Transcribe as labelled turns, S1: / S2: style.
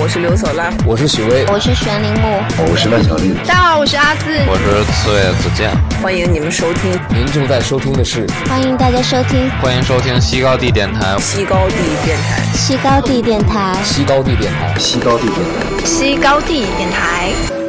S1: 我是刘索拉，
S2: 我是许巍，
S3: 我是玄铃木，
S4: 我是万晓利。
S5: 大家好，我是阿四，
S6: 我是刺猬子健。
S1: 欢迎你们收听，
S2: 您正在收听的是，
S3: 欢迎大家收听，
S6: 欢迎收听西高地电台，
S1: 西高地电台，
S3: 西高地电台，
S2: 西高地电台，
S4: 西高地电台，
S5: 西高地电台。